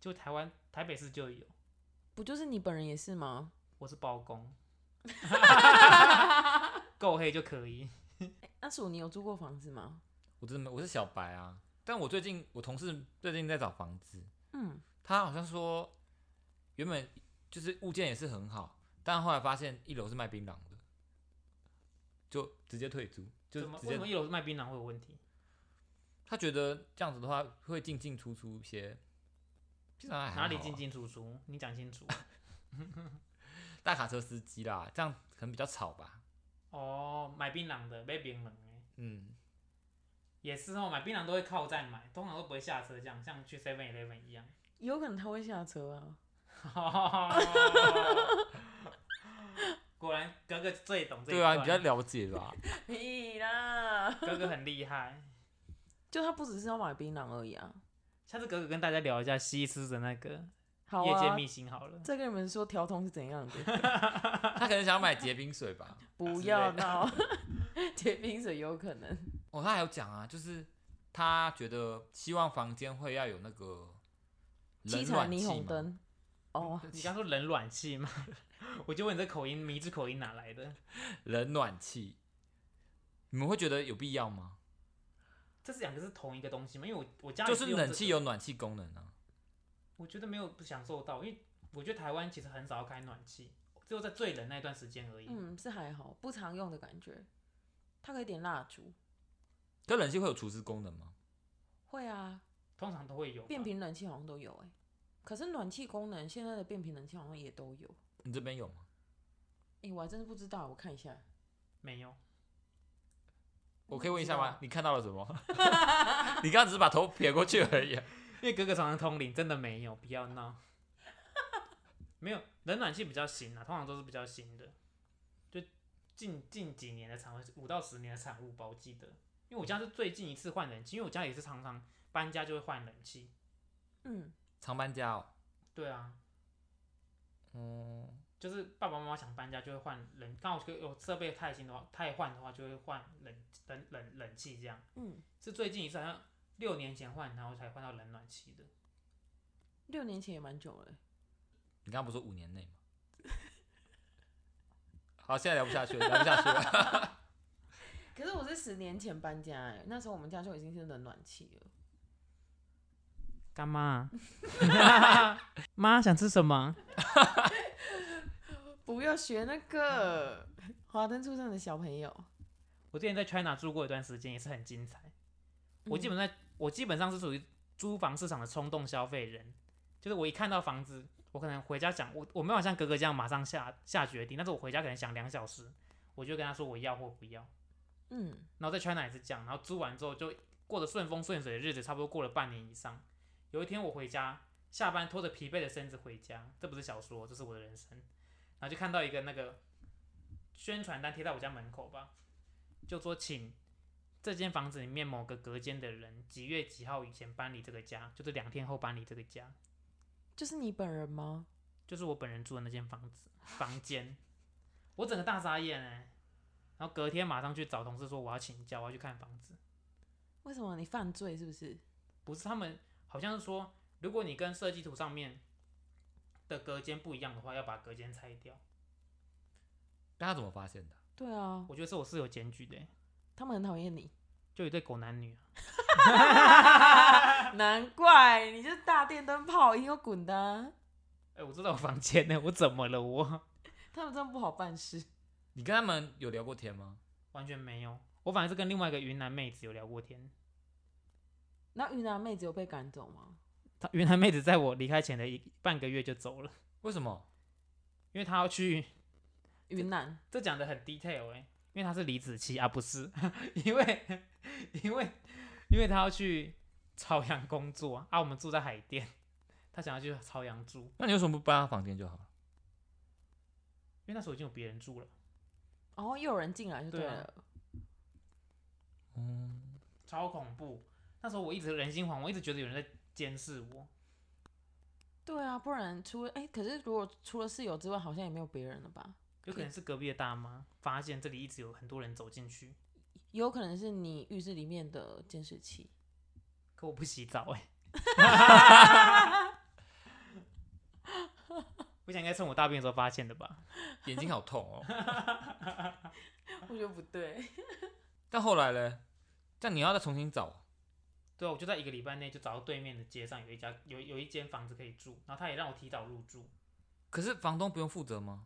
Speaker 1: 就台湾台北市就有，
Speaker 3: 不就是你本人也是吗？
Speaker 1: 我是包公， 够黑就可以。
Speaker 3: 那鼠，你有租过房子吗？
Speaker 2: 我真的没我是小白啊，但我最近我同事最近在找房子，
Speaker 3: 嗯，
Speaker 2: 他好像说原本就是物件也是很好，但后来发现一楼是卖槟榔的，就直接退租，就
Speaker 1: 怎么
Speaker 2: 直
Speaker 1: 为什么
Speaker 2: 接
Speaker 1: 一楼是卖槟榔会有问题？
Speaker 2: 他觉得这样子的话会进进出出一些，槟榔还好啊
Speaker 1: 哪里进进出出？你讲清楚。
Speaker 2: 大卡车司机啦，这样可能比较吵吧，
Speaker 1: 哦，买槟榔的卖槟榔的
Speaker 2: 嗯，
Speaker 1: 也是哦，买槟榔都会靠站买，通常都不会下车，这样像去 Seven Eleven 一样。
Speaker 3: 有可能他会下车啊。
Speaker 1: 果然哥哥最懂这一
Speaker 2: 对啊，
Speaker 1: 段，
Speaker 2: 你比较了解吧，
Speaker 3: 屁啦！
Speaker 1: 哥哥很厉害。
Speaker 3: 就他不只是要买槟榔而已啊。
Speaker 1: 下次哥哥跟大家聊一下西施的那个
Speaker 3: 好
Speaker 1: 夜间
Speaker 3: 啊，
Speaker 1: 秘辛好了。
Speaker 3: 再跟你们说调通是怎样的，
Speaker 2: 他可能想要买结冰水吧，
Speaker 3: 不要闹。 结冰水有可能，
Speaker 2: 哦，他还有讲啊，就是他觉得希望房间会要有那个
Speaker 3: 七
Speaker 2: 冷
Speaker 3: 彩
Speaker 2: 暖
Speaker 3: 霓
Speaker 2: 气
Speaker 3: 虹
Speaker 2: 嘛，
Speaker 3: 灯。哦，
Speaker 1: 你刚说冷暖气吗？ 我就问你这口音，迷之口音哪来的？
Speaker 2: 冷暖气，你们会觉得有必要吗？
Speaker 1: 这是两个是同一个东西吗？因为我我家里
Speaker 2: 就是
Speaker 1: 用
Speaker 2: 冷
Speaker 1: 这
Speaker 2: 气
Speaker 1: 个
Speaker 2: 有暖气功能啊，
Speaker 1: 我觉得没有不享受到，因为我觉得台湾其实很少要开暖气，只有在最冷那一段时间而已。
Speaker 3: 嗯，是还好，不常用的感觉。它可以点蜡烛，
Speaker 2: 可冷气会有除湿功能吗？
Speaker 3: 会啊，
Speaker 1: 通常都会有吧
Speaker 3: 变频冷气好像都有哎、可是暖气功能现在的变频冷气好像也都有。
Speaker 2: 你这边有吗？
Speaker 3: 哎、我还真是不知道，我看一下。
Speaker 1: 没有？
Speaker 2: 我可以问一下
Speaker 3: 不知
Speaker 2: 吗
Speaker 3: 道？
Speaker 2: 你看到了什么？ 你刚刚只是把头撇过去而已啊。
Speaker 1: 因为哥哥常常通灵，真的没有，不要闹。 没有冷暖气比较新啊，通常都是比较新的，就近近几年的产物，五到十年的产物吧，我记得。因为我家是最近一次换冷气，因为我家也是常常搬家就会换冷气。
Speaker 3: 嗯，
Speaker 2: 常搬家哦，
Speaker 1: 对啊，
Speaker 2: 嗯，
Speaker 1: 就是爸爸妈妈想搬家就会换冷，刚好有设备太新的话，太换的话就会换冷冷冷冷气这样。
Speaker 3: 嗯，
Speaker 1: 是最近一次好像六年前换，然后才换到冷暖气的。
Speaker 3: 六年前也蛮久了欸、
Speaker 2: 你刚刚不是说五年内吗？ 好，现在聊不下去了，聊不下去了。
Speaker 3: 可是我是十年前搬家哎、那时候我们家就已经是冷暖气了。
Speaker 1: 啊 干妈，妈想吃什么？
Speaker 3: 不要学那个 华灯初上的小朋友。
Speaker 1: 我之前在 China 住过一段时间，也是很精彩。我
Speaker 3: 嗯
Speaker 1: 基本在，我基本上是属于租房市场的冲动消费人，就是我一看到房子，我可能回家想，我我没有像哥哥这样马上下下决定，但是我回家可能想两小时，我就跟他说我要或不要。
Speaker 3: 嗯，
Speaker 1: 然后在 China 也是这样，然后租完之后就过得顺风顺水的日子，差不多过了半年以上。有一天我回家，下班拖着疲惫的身子回家，这不是小说，这是我的人生。然后就看到一个那个宣传单贴在我家门口吧，就说请这间房子里面某个隔间的人几月几号以前搬离这个家，就是两天后搬离这个家，
Speaker 3: 就是你本人吗？
Speaker 1: 就是我本人住的那间房子房间。我整个大傻眼哎、然后隔天马上去找同事说我要请假，我要去看房子。
Speaker 3: 为什么你犯罪是不是？
Speaker 1: 不是他们好像是说，如果你跟设计图上面的隔间不一样的话，要把隔间拆掉。
Speaker 2: 但他怎么发现的？
Speaker 3: 对啊，
Speaker 1: 我觉得是我室友检举的欸，
Speaker 3: 他们很讨厌你，
Speaker 1: 就有一对狗男女啊、
Speaker 3: 难怪你就是大电灯泡，以后滚的啊、
Speaker 1: 哎、我住在我房间呢，我 怎么了我？
Speaker 3: 他们真的不好办事。
Speaker 2: 你跟他们有聊过天吗？
Speaker 1: 完全没有，我反而是跟另外一个云南妹子有聊过天。
Speaker 3: 那云南妹子有被赶走吗？
Speaker 1: 她云南妹子在我离开前的一半个月就走了，
Speaker 2: 为什么？
Speaker 1: 因为她要去，
Speaker 3: 云南
Speaker 1: 这讲的很 detail 哎、因为她是李子柒啊，不是， 因为因为因为她要去朝阳工作啊，我们住在海淀，她想要去朝阳住，
Speaker 2: 那你为什么不搬他房间就好了？
Speaker 1: 因为那时候已经有别人住了。
Speaker 3: 哦，又有人进来就对
Speaker 1: 对啊
Speaker 3: 了。
Speaker 2: 嗯，
Speaker 1: 超恐怖。那时候我一直人心惶惶，我一直觉得有人在监视我。
Speaker 3: 对啊，不然除了哎、可是如果除了室友之外，好像也没有别人了吧？
Speaker 1: 有可能是隔壁的大妈发现这里一直有很多人走进去，
Speaker 3: 也有可能是你浴室里面的监视器。
Speaker 1: 可我不洗澡哎、 我想应该趁我大便的时候发现的吧。
Speaker 2: 眼睛好痛哦。
Speaker 3: 我觉得不对，
Speaker 2: 但后来嘞，但你要再重新找，
Speaker 1: 对啊，我就在一个礼拜内就找到对面的街上有一家有有一间房子可以住，然后他也让我提早入住，
Speaker 2: 可是房东不用负责吗？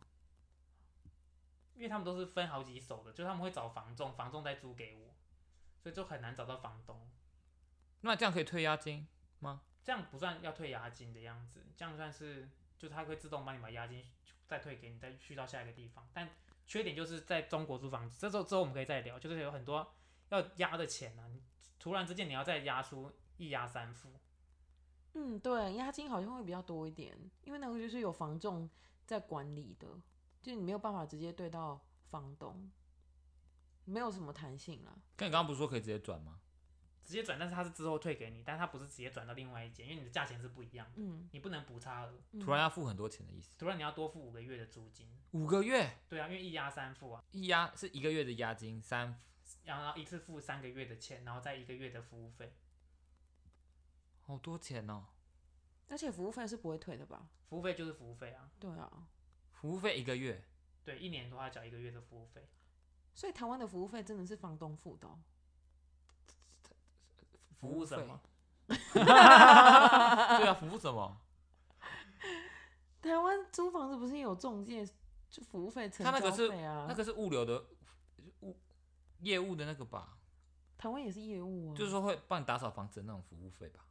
Speaker 1: 因为他们都是分好几手的，就他们会找房仲，房仲再租给我，所以就很难找到房东。
Speaker 2: 那这样可以退押金？
Speaker 1: 这样不算要退押金的样子，这样算是就它会自动帮你把押金再退给你，再去到下一个地方。但缺点就是在中国租房子，这之后之后我们可以再聊，就是有很多要押的钱啊，你突然之间你要再押出一押三付，
Speaker 3: 嗯，对，押金好像会比较多一点，因为那个就是有房仲在管理的，就你没有办法直接对到房东，没有什么弹性啦。
Speaker 2: 跟你刚刚不是说可以直接转吗？
Speaker 1: 直接转，但是它是之后退给你，但它不是直接转到另外一间，因为你的价钱是不一样的，
Speaker 3: 嗯，
Speaker 1: 你不能补差额，
Speaker 3: 嗯
Speaker 2: 突然要付很多钱的意思？
Speaker 1: 突然你要多付五个月的租金。
Speaker 2: 五个月
Speaker 1: 对啊，因为一押三付啊，
Speaker 2: 一押是一个月的押金，三
Speaker 1: 然后一次付三个月的钱，然后再一个月的服务费，
Speaker 2: 好多钱哦。
Speaker 3: 而且服务费是不会退的吧？
Speaker 1: 服务费就是服务费啊，
Speaker 3: 对啊，
Speaker 2: 服务费一个月，
Speaker 1: 对，一年的话缴一个月的服务费。
Speaker 3: 所以台湾的服务费真的是房东付的哦、
Speaker 1: 服务什
Speaker 2: 费
Speaker 1: 么？？
Speaker 2: 对啊，服务什么？
Speaker 3: 台湾租房子不是有中介就服务费、成
Speaker 2: 他那个
Speaker 3: 交
Speaker 2: 是
Speaker 3: 费啊？
Speaker 2: 那个是物流的物业务的那个吧，
Speaker 3: 台湾也是业务啊，
Speaker 2: 就是说会帮你打扫房子的那种服务费吧。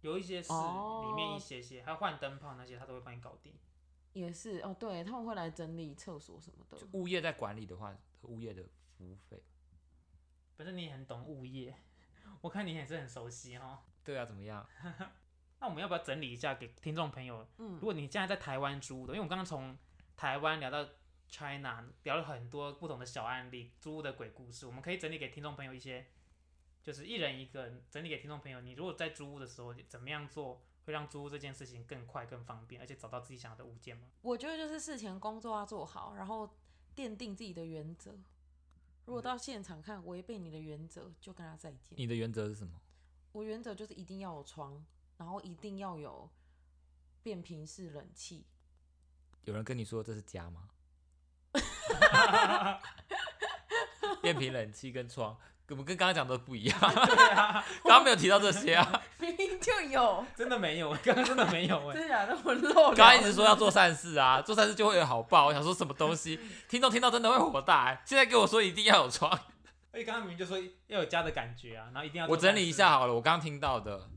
Speaker 1: 有一些是
Speaker 3: 哦
Speaker 1: 里面一些些，还有换灯泡那些，他都会帮你搞定。
Speaker 3: 也是哦，对他们会来整理厕所什么的
Speaker 2: 就。物业在管理的话，物业的服务费。
Speaker 1: 反正你也很懂物业， 我看你也是很熟悉哈。
Speaker 2: 对啊，怎么样？
Speaker 1: 那我们要不要整理一下给听众朋友？
Speaker 3: 嗯
Speaker 1: 如果你现在在台湾租的，因为我们刚刚从台湾聊到 China，聊了很多不同的小案例、租屋的鬼故事，我们可以整理给听众朋友一些，就是一人一个整理给听众朋友。你如果在租屋的时候，怎么样做会让租屋这件事情更快、更方便，而且找到自己想要的物件吗？
Speaker 3: 我觉得就是事前工作要做好，然后奠定自己的原则。如果到现场看违背你的原则，就跟他再见。
Speaker 2: 你的原则是什么？
Speaker 3: 我原则就是一定要有床，然后一定要有变频式冷气。
Speaker 2: 有人跟你说这是家 吗？变频冷气跟窗我们跟刚刚讲的不一样，
Speaker 1: 对啊，
Speaker 2: 刚刚没有提到这些啊。
Speaker 3: 明明就有，
Speaker 1: 真的没有，我刚刚真的没有哎、
Speaker 3: 真的假的？我漏了。
Speaker 2: 刚刚一直说要做善事啊，做善事就会有好报。我想说什么东西，听众听到真的会火大、欸。现在跟我说一定要有床，
Speaker 1: 而且刚刚明明就说要有家的感觉啊，然后一定要
Speaker 2: 我整理一下，好了，我刚刚听到的，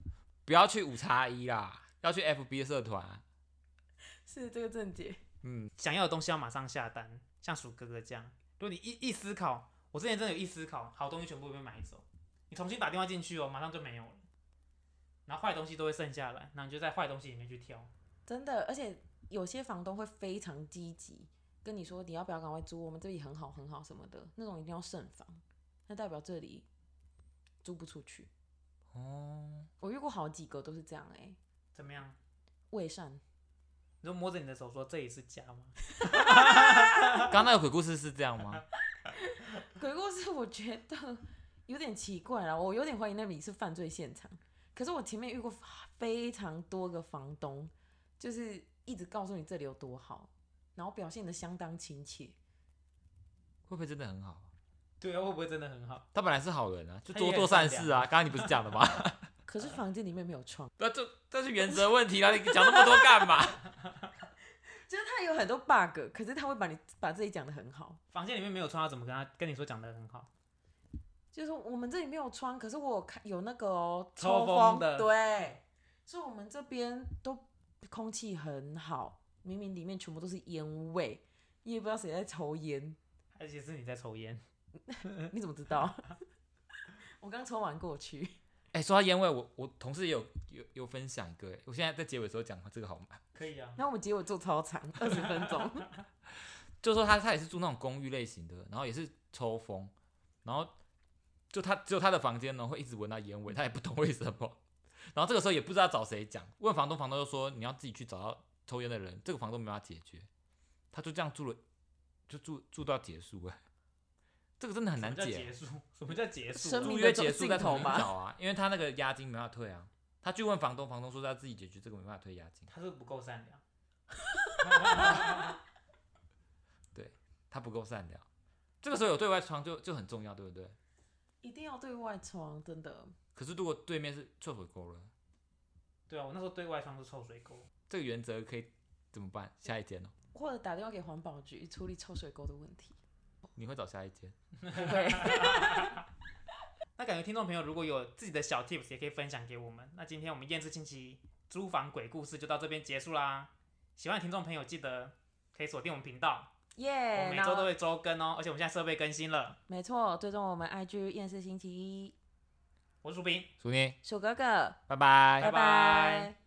Speaker 2: 不要去五叉一啦，要去 FB 社团。
Speaker 3: 是这个正解，
Speaker 2: 嗯，
Speaker 1: 想要的东西要马上下单，像鼠哥哥这样，如果你一一思考，我之前真的有一思考，好东西全部被买走，你重新打电话进去哦，马上就没有了，然后坏东西都会剩下来，然后你就在坏东西里面去挑，
Speaker 3: 真的。而且有些房东会非常积极跟你说，你要不要赶快租？我们这里很好很好什么的，那种一定要慎防，那代表这里租不出去。
Speaker 2: 哦，
Speaker 3: 我遇过好几个都是这样哎、欸，
Speaker 1: 怎么样？
Speaker 3: 未善
Speaker 1: 你就摸着你的手说这里是家吗？
Speaker 2: 刚刚那个鬼故事是这样吗？
Speaker 3: 鬼故事，我觉得有点奇怪啦，我有点怀疑那里是犯罪现场。可是我前面遇过非常多个房东，就是一直告诉你这里有多好，然后表现的相当亲切。
Speaker 2: 会不会真的很好？
Speaker 1: 对啊，会不会真的很好？
Speaker 2: 他本来是好人啊，就
Speaker 1: 他也
Speaker 2: 多
Speaker 1: 很
Speaker 2: 做善事啊。刚刚你不是讲的 吗？
Speaker 3: 可是房间里面没有窗，
Speaker 2: 那这这是原则问题啊！你讲那么多干嘛？
Speaker 3: 就是它有很多 bug，可是他会把你把自己讲的很好，
Speaker 1: 房间里面没有窗，要怎么跟他跟你说讲的很好？
Speaker 3: 就是说我们这里没有窗，可是我有看有那个哦
Speaker 1: 抽
Speaker 3: 风
Speaker 1: 风的
Speaker 3: 对，所以我们这边都空气很好，明明里面全部都是烟味，你也不知道谁在抽烟。
Speaker 1: 而且是你在抽烟，
Speaker 3: 你怎么知道？ 我刚抽完过去，
Speaker 2: 哎、说到烟味，我我同事也有有有分享一个、哎，我现在在结尾的时候讲这个好吗？
Speaker 1: 可以啊。
Speaker 3: 那我们结果做超 长，二十分钟。
Speaker 2: 就说他他也是住那种公寓类型的，然后也是抽风，然后就他只有他的房间呢会一直闻到烟 味，他也不懂为什么。然后这个时候也不知道找谁讲，问房东，房东就说你要自己去找到抽烟的人，这个房东没办法解决，他就这样住了，就住住到结束哎、这个真的很难
Speaker 1: 什么叫
Speaker 2: 解啊
Speaker 1: 结。束？ 什么叫结束？
Speaker 3: 生命
Speaker 2: 租
Speaker 3: 的
Speaker 2: 约
Speaker 3: 走
Speaker 2: 结束
Speaker 3: 尽
Speaker 2: 再
Speaker 3: 头
Speaker 2: 重新
Speaker 3: 吗
Speaker 2: 找啊，因为他那个押金没办法退啊。他去问房东，房东说他自己解决这个没办法退押金，
Speaker 1: 他是不够善良。
Speaker 2: 他不够善良。这个时候有对外窗就就很重要，对不对？
Speaker 3: 一定要对外窗，真的。
Speaker 2: 可是如果对面是臭水沟了，
Speaker 1: 对啊，我那时候对外窗是臭水沟，
Speaker 2: 这个原则可以怎么办？下一间哦，
Speaker 3: 或者打电话给环保局处理臭水沟的问题。
Speaker 2: 你会找下一间？
Speaker 3: 不会，
Speaker 1: 那感觉听众朋友如果有自己的小 tips，也可以分享给我们。那今天我们验尸亲戚租房鬼故事就到这边结束啦。喜欢的听众朋友记得可以锁定我们频道，我
Speaker 3: 耶、
Speaker 1: 们每
Speaker 3: 然
Speaker 1: 周都
Speaker 3: 后
Speaker 1: 会周更哦，而且我们现在设备更新了。
Speaker 3: 没错，追踪我们 IG 厌世星期一，
Speaker 1: 我是朱斌，
Speaker 2: 淑妮，
Speaker 3: 鼠哥哥，
Speaker 2: 拜拜
Speaker 1: 拜拜